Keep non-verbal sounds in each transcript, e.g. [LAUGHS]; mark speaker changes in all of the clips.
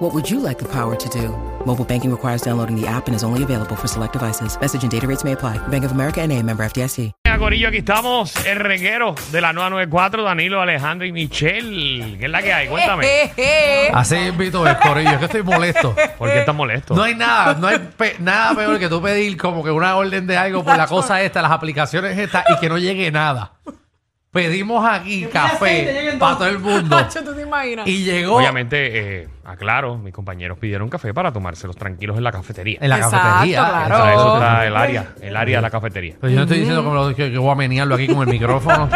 Speaker 1: What would you like the power to do? Mobile banking requires downloading the app and is only available for select devices. Message and data rates may apply. Bank of America and a member FDIC.
Speaker 2: Venga, Corillo, aquí estamos, el reguero de la 994, Danilo, Alejandro y Michelle. ¿Qué es la que hay? Cuéntame.
Speaker 3: Así invito el corillo, es que estoy molesto.
Speaker 2: ¿Por qué estás molesto?
Speaker 3: No hay nada, no hay pe- nada peor que tú pedir como que una orden de algo por la cosa esta, las aplicaciones estas y que no llegue nada. Pedimos aquí café para todo el mundo
Speaker 4: Nacho, ¿tú te imaginas?
Speaker 3: y llegó
Speaker 2: Obviamente, eh, aclaro, mis compañeros pidieron café para tomárselos tranquilos en la cafetería.
Speaker 3: en la
Speaker 4: Exacto,
Speaker 3: cafetería.
Speaker 4: claro.
Speaker 2: Para eso
Speaker 3: Exacto.
Speaker 2: está el área, el área de la cafetería.
Speaker 3: Pero yo no estoy diciendo que, me lo- que- que voy a menearlo aquí con el micrófono.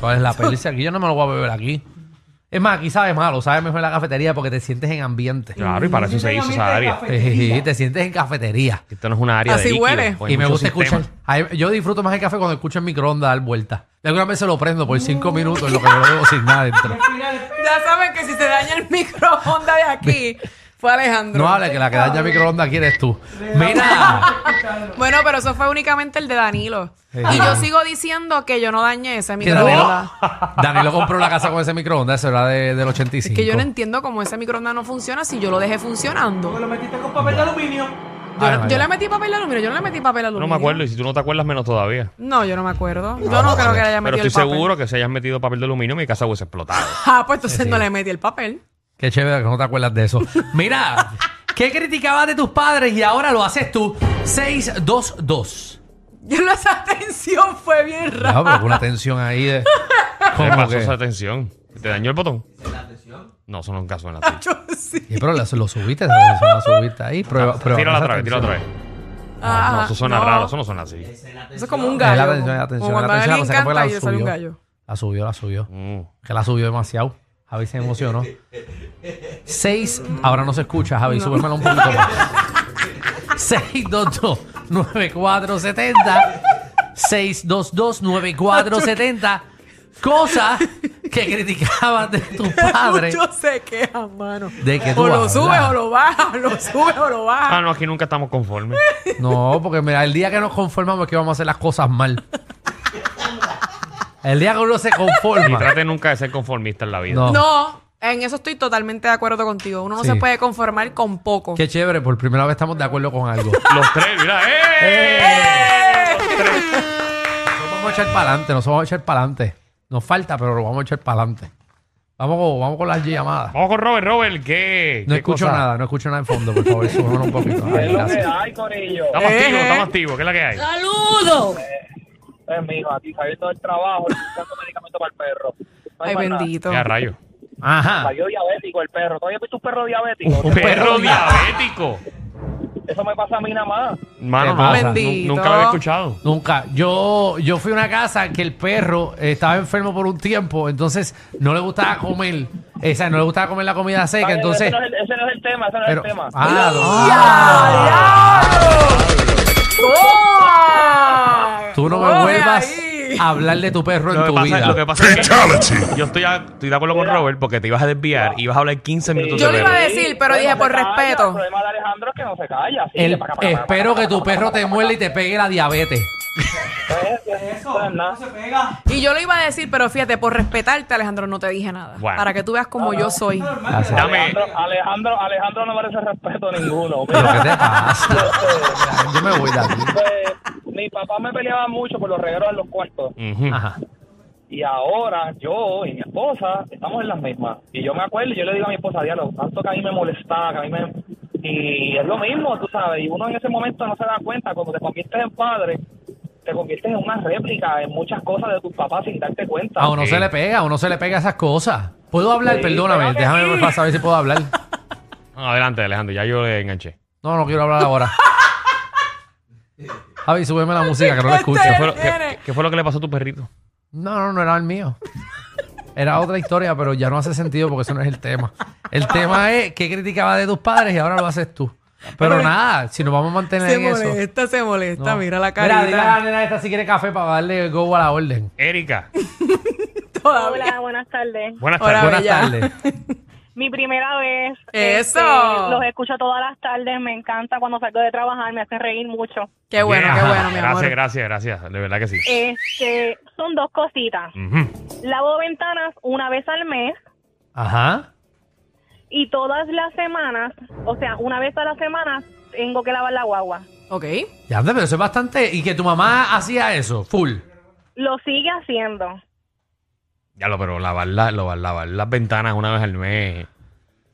Speaker 3: ¿Cuál es la pelicia? Aquí yo no me lo voy a beber aquí. Es más, aquí sabe malo, sabe mejor en la cafetería porque te sientes en ambiente.
Speaker 2: Claro, y para eso se hizo esa área.
Speaker 3: Sí, te sientes en cafetería.
Speaker 2: Esto no es una área de
Speaker 4: Así
Speaker 2: líquido,
Speaker 4: huele.
Speaker 2: pues hay
Speaker 3: Y me
Speaker 2: muchos
Speaker 3: gusta escuchar.
Speaker 2: sistemas.
Speaker 3: Ay, Yo disfruto más el café cuando escucho el microondas dar vueltas. De alguna vez se lo prendo por
Speaker 4: Mm.
Speaker 3: cinco minutos en lo que yo lo veo sin nada dentro.
Speaker 4: Ya saben que si se daña el [LAUGHS] microondas de aquí, fue Alejandro.
Speaker 3: No hable que la que daña el microondas aquí eres tú. Mira.
Speaker 4: Bueno, pero eso fue únicamente el de Danilo.
Speaker 3: Sí.
Speaker 4: Y yo sigo diciendo que yo no dañé ese
Speaker 3: que Danilo,
Speaker 4: microondas.
Speaker 3: Danilo compró la casa con ese microondas, eso era de, del 85.
Speaker 4: Que yo no entiendo cómo ese microondas no funciona si yo lo dejé funcionando.
Speaker 5: Pues
Speaker 4: Yo,
Speaker 3: Ay,
Speaker 4: no-
Speaker 3: María.
Speaker 4: yo le metí papel aluminio, yo no le metí papel
Speaker 2: No
Speaker 4: aluminio.
Speaker 2: me acuerdo, y si tú no te acuerdas, menos todavía.
Speaker 4: No, yo no me acuerdo. Yo no creo que le haya
Speaker 2: Pero
Speaker 4: metido
Speaker 2: estoy
Speaker 4: el papel.
Speaker 2: seguro que si hayas metido papel de aluminio, mi casa hubiese explotado.
Speaker 4: Ah, pues entonces no le metí el papel. [LAUGHS]
Speaker 3: Qué chévere que no te acuerdas de eso. Mira, ¿qué criticabas de tus padres y ahora lo haces tú? 622.
Speaker 4: Yo no, esa atención fue bien rara.
Speaker 3: No, pero una tensión ahí de.
Speaker 2: ¿Qué
Speaker 3: [LAUGHS] ¿Cómo
Speaker 2: pasó
Speaker 3: que?
Speaker 2: esa tensión? ¿Te dañó el botón? ¿La tensión? No, eso nunca suena así.
Speaker 4: [LAUGHS] Yo sí.
Speaker 3: Sí, pero lo, lo subiste, lo, lo subiste ahí. Prueba, prueba.
Speaker 2: Tíralo
Speaker 3: esa
Speaker 2: otra vez, tíralo otra
Speaker 3: tensión.
Speaker 2: vez.
Speaker 4: Ah,
Speaker 2: no, eso suena
Speaker 4: no.
Speaker 2: raro, eso no suena así.
Speaker 4: Eso es como un
Speaker 3: Es
Speaker 4: gallo.
Speaker 3: la atención, la atención,
Speaker 4: como cuando
Speaker 3: la
Speaker 4: a alguien
Speaker 3: atención, la cosa que fue,
Speaker 4: canta
Speaker 3: la
Speaker 4: y sale un
Speaker 3: subió.
Speaker 4: gallo. [LAUGHS]
Speaker 3: La subió, la subió.
Speaker 2: Mm.
Speaker 3: Que la subió demasiado. Javi se emocionó. Seis. Ahora no se escucha, Javi. Súbemela un poquito más. 622-9470. 622-9470. Cosas que criticabas de tus padres.
Speaker 4: Muchos se quejan, ah, mano.
Speaker 3: De que tú
Speaker 4: o lo
Speaker 3: hablas.
Speaker 4: subes o lo bajas, [LAUGHS] lo subes o lo bajas.
Speaker 2: Ah, no, aquí nunca estamos conformes.
Speaker 3: No, porque mira, el día que nos conformamos es que vamos a hacer las cosas mal. El día que uno se
Speaker 2: Y
Speaker 3: conforma.
Speaker 2: trate nunca de ser conformista en la vida.
Speaker 3: No.
Speaker 4: No, en eso estoy totalmente de acuerdo contigo. Uno no
Speaker 3: Sí.
Speaker 4: se puede conformar con poco.
Speaker 3: Qué chévere, por primera vez estamos de acuerdo con algo.
Speaker 2: Los tres, mira, ¡eh!
Speaker 4: ¡Eh!
Speaker 3: Nos vamos a echar para adelante, nos vamos a echar para adelante. Nos falta, pero lo vamos a echar para adelante. Vamos, con- vamos con las llamadas.
Speaker 2: Vamos con Robert, Robert, ¿qué?
Speaker 3: No
Speaker 2: qué
Speaker 3: escucho
Speaker 2: cosa?
Speaker 3: nada, no escucho nada en fondo, por favor, súbelo un poquito. Ahí,
Speaker 6: Es lo que
Speaker 3: gracias. [LAUGHS]
Speaker 6: hay, Corillo.
Speaker 2: Estamos
Speaker 4: Eh,
Speaker 2: activos,
Speaker 4: eh.
Speaker 2: estamos activos, ¿qué es la que hay?
Speaker 6: Pues, mijo, aquí saliendo del trabajo, estoy buscando medicamento para el perro. No hay
Speaker 4: Ay,
Speaker 6: más nada.
Speaker 4: bendito.
Speaker 2: Ya, rayo.
Speaker 3: Ajá.
Speaker 6: Salió diabético el perro. ¿Todavía has visto un perro diabético?
Speaker 3: Un
Speaker 2: Un perro
Speaker 3: perro
Speaker 2: diabético.
Speaker 6: Eso me pasa a mí nada más.
Speaker 2: Mano,
Speaker 3: ¿Qué
Speaker 2: no, nu-
Speaker 3: pasa?
Speaker 4: Bendito.
Speaker 2: nunca lo había escuchado.
Speaker 3: Nunca. Yo, yo fui a una casa que el perro eh, estaba enfermo por un tiempo, entonces no le gustaba comer. eh, O sea, no le gustaba comer la comida seca,
Speaker 6: Ay,
Speaker 3: entonces.
Speaker 6: ese, no es el, ese no es el tema, ese no es
Speaker 3: Pero,
Speaker 6: el tema.
Speaker 3: ah,
Speaker 4: ¡Toma!
Speaker 3: tú no
Speaker 4: Coge
Speaker 3: me vuelvas
Speaker 4: ahí.
Speaker 3: a hablar de tu perro en
Speaker 2: Lo que,
Speaker 3: tu
Speaker 2: pasa,
Speaker 3: vida.
Speaker 2: lo que pasa es que yo estoy, a- estoy de acuerdo con Robert porque te ibas a desviar y ibas a hablar 15 minutos
Speaker 4: Yo
Speaker 2: de
Speaker 4: le iba a
Speaker 2: perro.
Speaker 4: decir, pero
Speaker 6: Ay,
Speaker 4: dije
Speaker 6: no
Speaker 4: por
Speaker 6: se calla.
Speaker 4: respeto.
Speaker 6: El problema de Alejandro es que no se calla. así
Speaker 3: El-
Speaker 6: que paca, paca, paca,
Speaker 3: espero que tu perro te muerda y te pegue la diabetes. [LAUGHS]
Speaker 6: paca, paca, paca, nada.
Speaker 4: Y yo lo iba a decir, pero fíjate, por respetarte, Alejandro, no te dije nada.
Speaker 2: Bueno.
Speaker 4: Para que tú veas como yo soy.
Speaker 3: Gracias.
Speaker 2: Dame,
Speaker 6: Alejandro, Alejandro, Alejandro no merece respeto ninguno.
Speaker 3: ¿Pero
Speaker 6: Mira,
Speaker 3: qué te pasa? [LAUGHS] Yo me voy de aquí.
Speaker 6: pues, mi papá me peleaba mucho por los regueros en los cuartos.
Speaker 2: Ujú.
Speaker 3: Ajá.
Speaker 6: Y ahora yo y mi esposa estamos en las mismas. Y yo me acuerdo y yo le digo a mi esposa, diálogo, tanto que a mí me molestaba, que a mí me... Y es lo mismo, tú sabes, y uno en ese momento no se da cuenta, cuando te conviertes en padre, te conviertes en una réplica en muchas cosas de tus papás sin darte cuenta.
Speaker 3: A uno
Speaker 2: Ok.
Speaker 3: se le pega, a uno se le pega esas cosas. ¿Puedo hablar?
Speaker 6: Sí,
Speaker 3: Perdóname,
Speaker 6: claro que
Speaker 3: déjame ver para saber si puedo hablar.
Speaker 2: Adelante, Alejandro, ya yo le enganché.
Speaker 3: No, no quiero hablar
Speaker 6: [LAUGHS]
Speaker 3: ahora. Javi, súbeme la música que no la escucho.
Speaker 6: Este-
Speaker 2: ¿Qué fue, lo,
Speaker 4: Nene.
Speaker 2: qué- qué fue lo que le pasó a tu perrito?
Speaker 3: No, no, no era el mío. Era otra historia, pero ya no hace sentido porque eso no es el tema. El tema es qué criticabas de tus padres y ahora lo haces tú. Pero nada, si nos vamos a mantener
Speaker 4: Se
Speaker 3: en eso.
Speaker 4: molesta, se molesta.
Speaker 3: no.
Speaker 4: Mira la
Speaker 3: Mira, dile a la
Speaker 4: carita.
Speaker 3: nena esta si quiere café para darle go a la orden.
Speaker 2: Erika,
Speaker 4: Todavía.
Speaker 7: Hola, buenas tardes.
Speaker 2: buenas
Speaker 4: Hola,
Speaker 2: tardes.
Speaker 3: Buenas
Speaker 4: bella. [LAUGHS]
Speaker 3: tardes.
Speaker 7: Mi primera vez.
Speaker 4: Eso.
Speaker 7: este, los escucho todas las tardes. Me encanta cuando salgo de trabajar. Me hacen reír mucho.
Speaker 4: Qué bueno,
Speaker 2: Yeah.
Speaker 4: qué
Speaker 2: [LAUGHS]
Speaker 4: bueno, mi amor. Eh.
Speaker 2: Gracias, gracias, gracias. De verdad que sí.
Speaker 7: Este, son dos cositas.
Speaker 2: Ujú.
Speaker 7: Lavo ventanas una vez al mes
Speaker 3: Ajá.
Speaker 7: y todas las semanas, o sea, una vez a la semana tengo que lavar la guagua.
Speaker 4: Ok.
Speaker 3: Ya, anda, pero eso es bastante. Y que tu mamá hacía eso, full.
Speaker 7: Lo sigue haciendo.
Speaker 2: Ya lo, pero lavar, la- lavar, lavar las ventanas una vez al mes.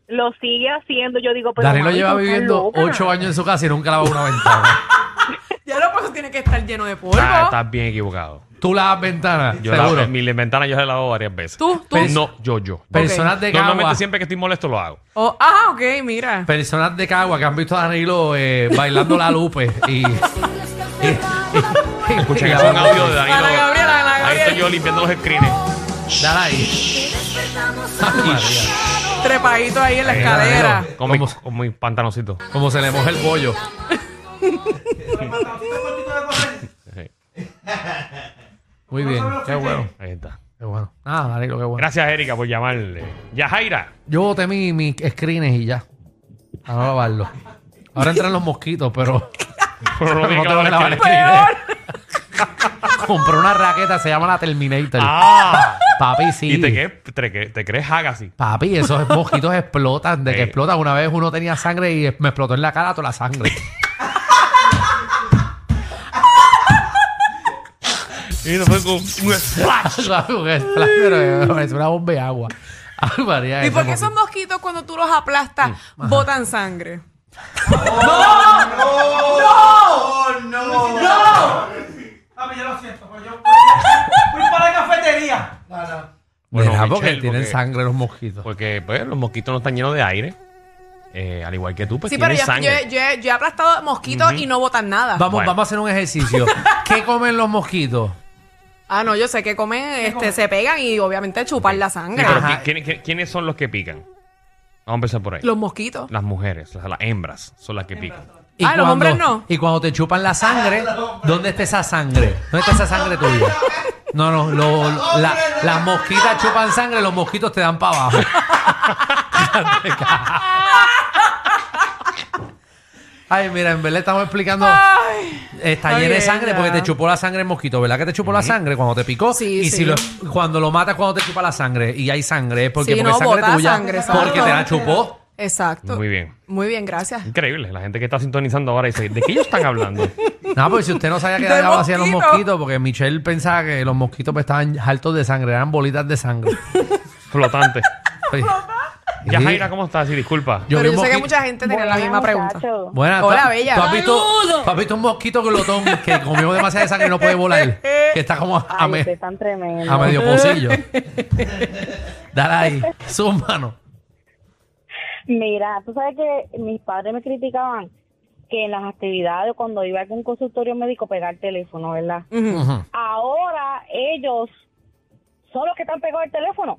Speaker 7: Lo sigue haciendo. Yo digo, pero.
Speaker 3: Dani lo
Speaker 7: Pues mami,
Speaker 3: lleva
Speaker 7: tú estás
Speaker 3: viviendo
Speaker 7: loca.
Speaker 3: ocho años en su casa y nunca lavó una ventana.
Speaker 7: [LAUGHS]
Speaker 4: Ya lo pues tiene que estar lleno de polvo.
Speaker 2: Ah, estás bien equivocado.
Speaker 3: Tú lavas ventanas,
Speaker 2: Yo
Speaker 3: seguro.
Speaker 2: lavo- mis ventanas yo las lavo varias veces.
Speaker 4: Tú, tú. Pues,
Speaker 2: Pero No, yo, yo.
Speaker 3: Personas de
Speaker 2: Normalmente
Speaker 3: Cagua.
Speaker 2: siempre que estoy molesto lo hago.
Speaker 4: Oh, ah, ok, mira.
Speaker 3: Personas de Cagua que han visto a Danilo eh, bailando la Lupe y.
Speaker 2: Escuchen, es un audio de Danilo.
Speaker 4: Ana Gabriela, Ana
Speaker 2: Ahí estoy yo
Speaker 4: Gabriela. Oh,
Speaker 2: limpiando los screens.
Speaker 3: Dale ahí. Ay, María.
Speaker 4: Trepadito ahí en la
Speaker 2: Ahí,
Speaker 4: escalera.
Speaker 2: Danilo, Con, mi-
Speaker 3: ¿Cómo?
Speaker 2: con mis pantaloncitos.
Speaker 3: Como se le moja el pollo.
Speaker 2: Sí,
Speaker 3: Muy bien. Qué bueno.
Speaker 2: ahí está.
Speaker 3: Qué bueno. Ah, Danilo, qué bueno.
Speaker 2: Gracias, Erika, por llamarle. Yajaira.
Speaker 3: Yo boté mi- mis screens y ya. A no lavarlo. Ahora entran los mosquitos,
Speaker 2: [LAUGHS]
Speaker 3: pero [LAUGHS]
Speaker 2: Pero no tiene que
Speaker 3: tengo que
Speaker 2: lavar [LAUGHS]
Speaker 3: lavar
Speaker 2: el
Speaker 3: screen.
Speaker 2: screen.
Speaker 3: [LAUGHS] compré una raqueta, se llama la Terminator.
Speaker 2: Ah.
Speaker 3: Papi, sí.
Speaker 2: Y te, crees- te, crees- te crees Agassi.
Speaker 3: Papi,
Speaker 2: [LAUGHS]
Speaker 3: esos mosquitos explotan. De que
Speaker 2: Ey.
Speaker 3: explotan. Una vez uno tenía sangre y me explotó en la cara toda
Speaker 2: [LAUGHS]
Speaker 3: la sangre. [LAUGHS]
Speaker 2: Y no fue con un splash.
Speaker 3: Pero me Pareció una bomba de agua. [LAUGHS] Ay, María,
Speaker 4: ¿Y
Speaker 3: ese
Speaker 4: por qué
Speaker 3: mosquito.
Speaker 4: esos mosquitos cuando tú los aplastas
Speaker 2: Mm,
Speaker 4: botan sangre?
Speaker 5: Mami, yo lo siento, pero yo fui, fui para la cafetería.
Speaker 2: Bueno,
Speaker 3: Mira, porque
Speaker 2: Michelle,
Speaker 3: tienen
Speaker 2: porque-
Speaker 3: sangre los mosquitos.
Speaker 2: Porque pues, los mosquitos no están llenos de aire. Eh, al igual que tú, pues
Speaker 4: Sí, pero
Speaker 2: tienen
Speaker 4: yo, yo,
Speaker 2: sangre.
Speaker 4: yo he- yo he aplastado mosquitos y no botan nada.
Speaker 3: Vamos,
Speaker 2: Bueno.
Speaker 3: vamos a hacer un ejercicio. ¿Qué comen los mosquitos?
Speaker 4: Ah, no, yo sé que comen, este, se pegan y obviamente chupar la
Speaker 2: Sí,
Speaker 4: sangre.
Speaker 2: pero
Speaker 4: Ajá.
Speaker 2: ¿qui- quién- quién- ¿quiénes son los que pican? Vamos a empezar por ahí.
Speaker 4: Los mosquitos.
Speaker 2: Las mujeres, las, las hembras son las que pican.
Speaker 4: Ah, los hombres no.
Speaker 3: Y cuando te chupan la sangre, ¿dónde está esa sangre? ¿Dónde está esa sangre tuya? No, no, lo- lo- la- las mosquitas chupan sangre, los mosquitos te dan para abajo. [LAUGHS] Ay, mira, en verdad estamos explicando.
Speaker 4: Ay.
Speaker 3: Está
Speaker 4: Está
Speaker 3: lleno de
Speaker 4: bien,
Speaker 3: sangre
Speaker 4: ya.
Speaker 3: porque te chupó la sangre el mosquito, ¿verdad? Que te chupó la sangre cuando te picó.
Speaker 4: Sí,
Speaker 3: y
Speaker 4: sí.
Speaker 3: si lo, cuando lo matas, cuando te chupa la sangre y hay sangre, es porque,
Speaker 4: Sí,
Speaker 3: porque
Speaker 4: no,
Speaker 3: es sangre
Speaker 4: bota
Speaker 3: tuya.
Speaker 4: sangre,
Speaker 3: porque
Speaker 4: exacto.
Speaker 3: te la chupó.
Speaker 4: Exacto.
Speaker 2: Muy bien.
Speaker 4: Muy bien, gracias.
Speaker 2: Increíble, la gente que está sintonizando ahora dice, ¿de qué ellos están hablando?
Speaker 3: No, pues si usted no sabía que
Speaker 4: De
Speaker 3: daba hacía los
Speaker 4: mosquito.
Speaker 3: mosquitos, porque Michelle pensaba que los mosquitos pues, estaban altos de sangre, eran bolitas
Speaker 4: [LAUGHS]
Speaker 3: de sangre. Pues,
Speaker 2: Flotante.
Speaker 3: Sí.
Speaker 2: Ya, Jaira, ¿cómo estás? Sí, disculpa.
Speaker 3: Yo
Speaker 4: pero
Speaker 3: vi
Speaker 4: yo
Speaker 3: un
Speaker 4: sé que
Speaker 3: mosqui-
Speaker 4: mucha gente tenía la
Speaker 7: Buenas,
Speaker 4: misma pregunta.
Speaker 7: muchachos.
Speaker 3: Buena, ¿tú-
Speaker 4: Hola,
Speaker 3: tú
Speaker 4: bella.
Speaker 3: has visto- ¿Tú has visto un mosquito glotón que comió demasiada de sangre y no puede volar? Que está como a,
Speaker 7: Ay,
Speaker 3: me-
Speaker 7: ustedes están tremendos.
Speaker 4: [LAUGHS]
Speaker 3: a medio pocillo. Dale ahí, sus manos.
Speaker 7: Mira, tú sabes que mis padres me criticaban que en las actividades, cuando iba a un consultorio médico, pegar el teléfono, ¿verdad? Ahora ellos son los que están pegados al teléfono.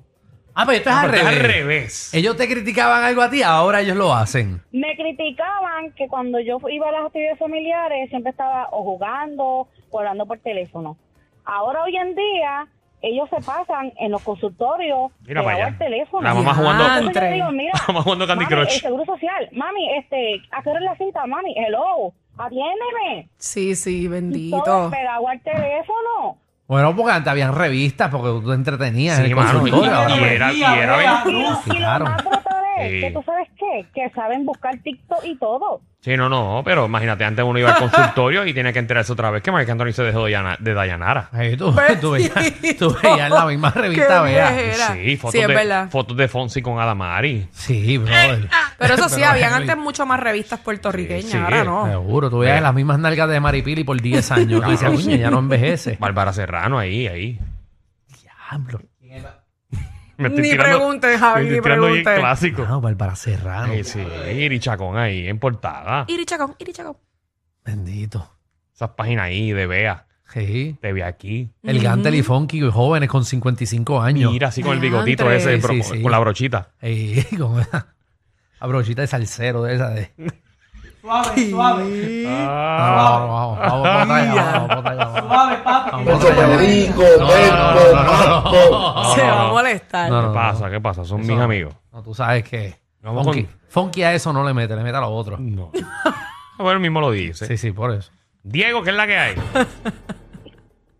Speaker 3: Ah, pero esto es al
Speaker 2: Pero
Speaker 3: revés.
Speaker 2: estás al revés.
Speaker 3: Ellos te criticaban algo a ti, ahora ellos lo hacen.
Speaker 7: Me criticaban que cuando yo iba a las actividades familiares siempre estaba o jugando o hablando por teléfono. Ahora, hoy en día, ellos se pasan en los consultorios
Speaker 2: Mira para
Speaker 7: pegados
Speaker 2: allá.
Speaker 7: al teléfono.
Speaker 2: La mamá jugando.
Speaker 4: Diantre.
Speaker 7: Entonces yo digo,
Speaker 2: [LAUGHS]
Speaker 7: mira,
Speaker 2: Mamá jugando Candy
Speaker 7: mami,
Speaker 2: Crush.
Speaker 7: el seguro social. Mami, este, ¿a qué hora es la cinta? Mami, hello, atiéndeme.
Speaker 4: Sí, sí,
Speaker 7: Todo
Speaker 4: bendito.
Speaker 7: pegado al teléfono.
Speaker 3: Bueno, porque antes habían revistas, porque tú te entretenías en
Speaker 2: Sí,
Speaker 3: el
Speaker 2: mano, y,
Speaker 3: consultorio. ahora
Speaker 2: y
Speaker 3: no.
Speaker 2: era, y era
Speaker 5: Vea,
Speaker 7: Y lo, y lo
Speaker 3: claro.
Speaker 7: más brutal es
Speaker 2: Sí.
Speaker 7: que tú sabes qué, que saben buscar TikTok y todo.
Speaker 2: Sí, no, no, pero imagínate, antes uno iba al consultorio y tenía que enterarse otra vez que Marc Anthony se dejó de, Yana- de Dayanara.
Speaker 3: Ahí tú, tú, veías, tú
Speaker 4: Bendito.
Speaker 3: veías la misma revista,
Speaker 4: Qué
Speaker 3: vea.
Speaker 4: viejera.
Speaker 2: Sí, fotos,
Speaker 4: Sí, es
Speaker 2: de,
Speaker 4: verdad.
Speaker 2: fotos de Fonsi con Adamari.
Speaker 3: Sí, brother.
Speaker 4: Pero eso sí,
Speaker 3: Pero eh,
Speaker 4: habían
Speaker 3: Henry.
Speaker 4: antes mucho más revistas puertorriqueñas,
Speaker 2: Sí, sí.
Speaker 4: ahora no.
Speaker 3: Seguro, tú veías las mismas nalgas de Maripili por 10 años. Tú dices,
Speaker 2: Claro.
Speaker 3: "Coño, ella no
Speaker 2: [LAUGHS]
Speaker 3: envejece. Ah,
Speaker 2: Bárbara Serrano ahí, ahí.
Speaker 3: Diablo.
Speaker 2: Me
Speaker 4: Ni preguntes, Javi,
Speaker 2: me pues estoy
Speaker 4: ni
Speaker 2: tirando bien
Speaker 4: preguntes.
Speaker 2: clásico.
Speaker 3: No, Bárbara Serrano.
Speaker 2: Sí, sí, Iri Chacón ahí, en portada.
Speaker 4: Iri Chacón, Iri Chacón.
Speaker 3: Bendito.
Speaker 2: Esas páginas ahí de Bea,
Speaker 3: Sí.
Speaker 2: te ve aquí.
Speaker 3: El gran Telefonky, jóvenes con 55 años.
Speaker 2: Mira así con el bigotito
Speaker 4: Diantre.
Speaker 2: ese,
Speaker 3: Sí,
Speaker 2: pero
Speaker 3: sí,
Speaker 2: con,
Speaker 3: sí. [LAUGHS]
Speaker 2: con la brochita.
Speaker 3: Ey, con esa- la brochita de salsero de esa de.
Speaker 5: Suave, suave.
Speaker 4: ¿Eh?
Speaker 2: Ah.
Speaker 3: Vamos, vamos, vamos, vamos, vamos, vamos, vamos, vamos, vamos, vamos.
Speaker 5: Suave, papi.
Speaker 3: Vamos, vamos, vamos.
Speaker 4: Se va a molestar.
Speaker 3: No, no,
Speaker 2: ¿Qué
Speaker 3: no.
Speaker 2: pasa? ¿Qué pasa? Son mis
Speaker 3: Eso-
Speaker 2: amigos.
Speaker 3: No, tú sabes que
Speaker 2: No, vamos
Speaker 3: funky,
Speaker 2: con-
Speaker 3: Funky a eso no le mete, le mete a los otros. [LAUGHS]
Speaker 2: No. Bueno, él mismo lo dice.
Speaker 3: Sí, sí, por eso.
Speaker 2: Diego, ¿qué es la que hay?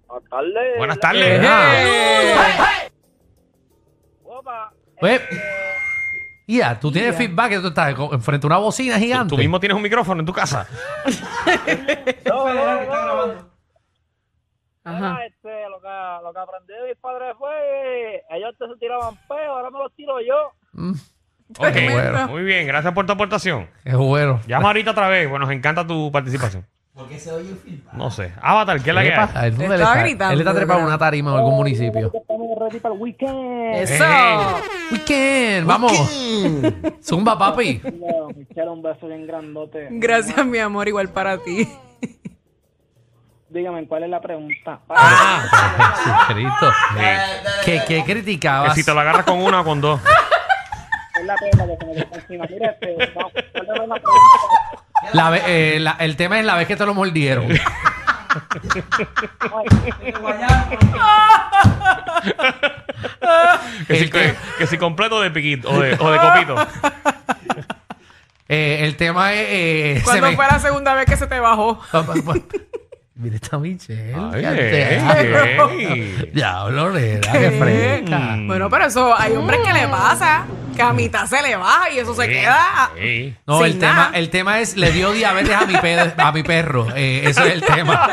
Speaker 6: Buenas tardes.
Speaker 4: Eh,
Speaker 2: Buenas tardes. Ah,
Speaker 6: Opa,
Speaker 3: Oye,
Speaker 4: Eh,
Speaker 3: ya, Pues, tú tienes feedback que tú estás co- enfrente a una bocina gigante.
Speaker 2: Tú mismo tienes un micrófono en tu casa.
Speaker 4: [LAUGHS]
Speaker 6: no, no,
Speaker 5: [LAUGHS] Espera, que
Speaker 6: no.
Speaker 5: está grabando.
Speaker 4: Ajá.
Speaker 6: Mira, este, lo, que, lo que aprendí de mis padres fue, ellos te tiraban peo, ahora me los tiro yo.
Speaker 2: Ok,
Speaker 3: bueno.
Speaker 2: muy bien. Gracias por tu aportación.
Speaker 3: Es bueno.
Speaker 2: Llama ahorita otra vez. Bueno, nos encanta tu participación. No sé. Avatar, ¿qué es la que
Speaker 3: ¿Qué
Speaker 2: hay?
Speaker 3: pasa? Él, ¿dónde le
Speaker 4: Estaba
Speaker 3: está?
Speaker 4: gritando,
Speaker 3: Él está trepado
Speaker 4: ¿verdad?
Speaker 3: en
Speaker 4: Oh.
Speaker 3: una tarima en algún municipio.
Speaker 6: Estamos ready para el weekend.
Speaker 2: Eh,
Speaker 4: Eso. [LAUGHS]
Speaker 3: Weekend, vamos. Zumba, papi.
Speaker 6: Michelle, un beso bien grandote.
Speaker 4: [LAUGHS] Gracias, mi amor, igual para ti.
Speaker 6: Dígame, ¿cuál es la pregunta?
Speaker 3: Ah.
Speaker 4: Ah.
Speaker 3: Jesucristo.
Speaker 4: Eh,
Speaker 3: Eh, ¿Qué, qué
Speaker 2: Que
Speaker 3: criticabas?
Speaker 2: si te lo agarras con una o con
Speaker 4: [LAUGHS]
Speaker 2: dos.
Speaker 6: Es la pregunta que se me está encima. Mira, este, no, ¿cuál es la pregunta?
Speaker 3: La ve- eh, la- el tema es la vez que te lo
Speaker 2: [LAUGHS]
Speaker 3: mordieron.
Speaker 5: Este guayabo.
Speaker 2: Que si,
Speaker 3: El que-
Speaker 2: que si completo de piquito o de, o de
Speaker 4: [LAUGHS]
Speaker 2: copito.
Speaker 3: Eh, el tema es. eh, se
Speaker 4: ¿Cuándo
Speaker 3: me-
Speaker 4: fue
Speaker 3: [LAUGHS]
Speaker 4: la segunda vez que se te bajó?
Speaker 3: Mira esta Michelle.
Speaker 2: Ay, eh,
Speaker 4: [LAUGHS]
Speaker 3: Ya
Speaker 2: ey.
Speaker 3: Diablo, nena, qué fresca.
Speaker 2: Mm.
Speaker 4: Bueno, pero eso hay hombres que le pasa, que a mitad se le baja y eso se queda.
Speaker 2: Ey.
Speaker 3: No,
Speaker 4: Sin
Speaker 3: el tema,
Speaker 4: nada.
Speaker 3: el tema es, le dio diabetes a mi, pe- a mi perro. Eh, ese es el tema.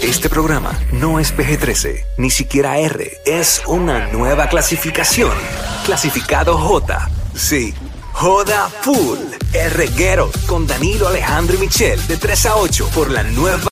Speaker 8: Este programa no es PG-13, ni siquiera R. Es una nueva clasificación. Clasificado J. Sí. Joda Full. El reguero con Danilo Alejandro y Michel de 3 a 8 por la nueva...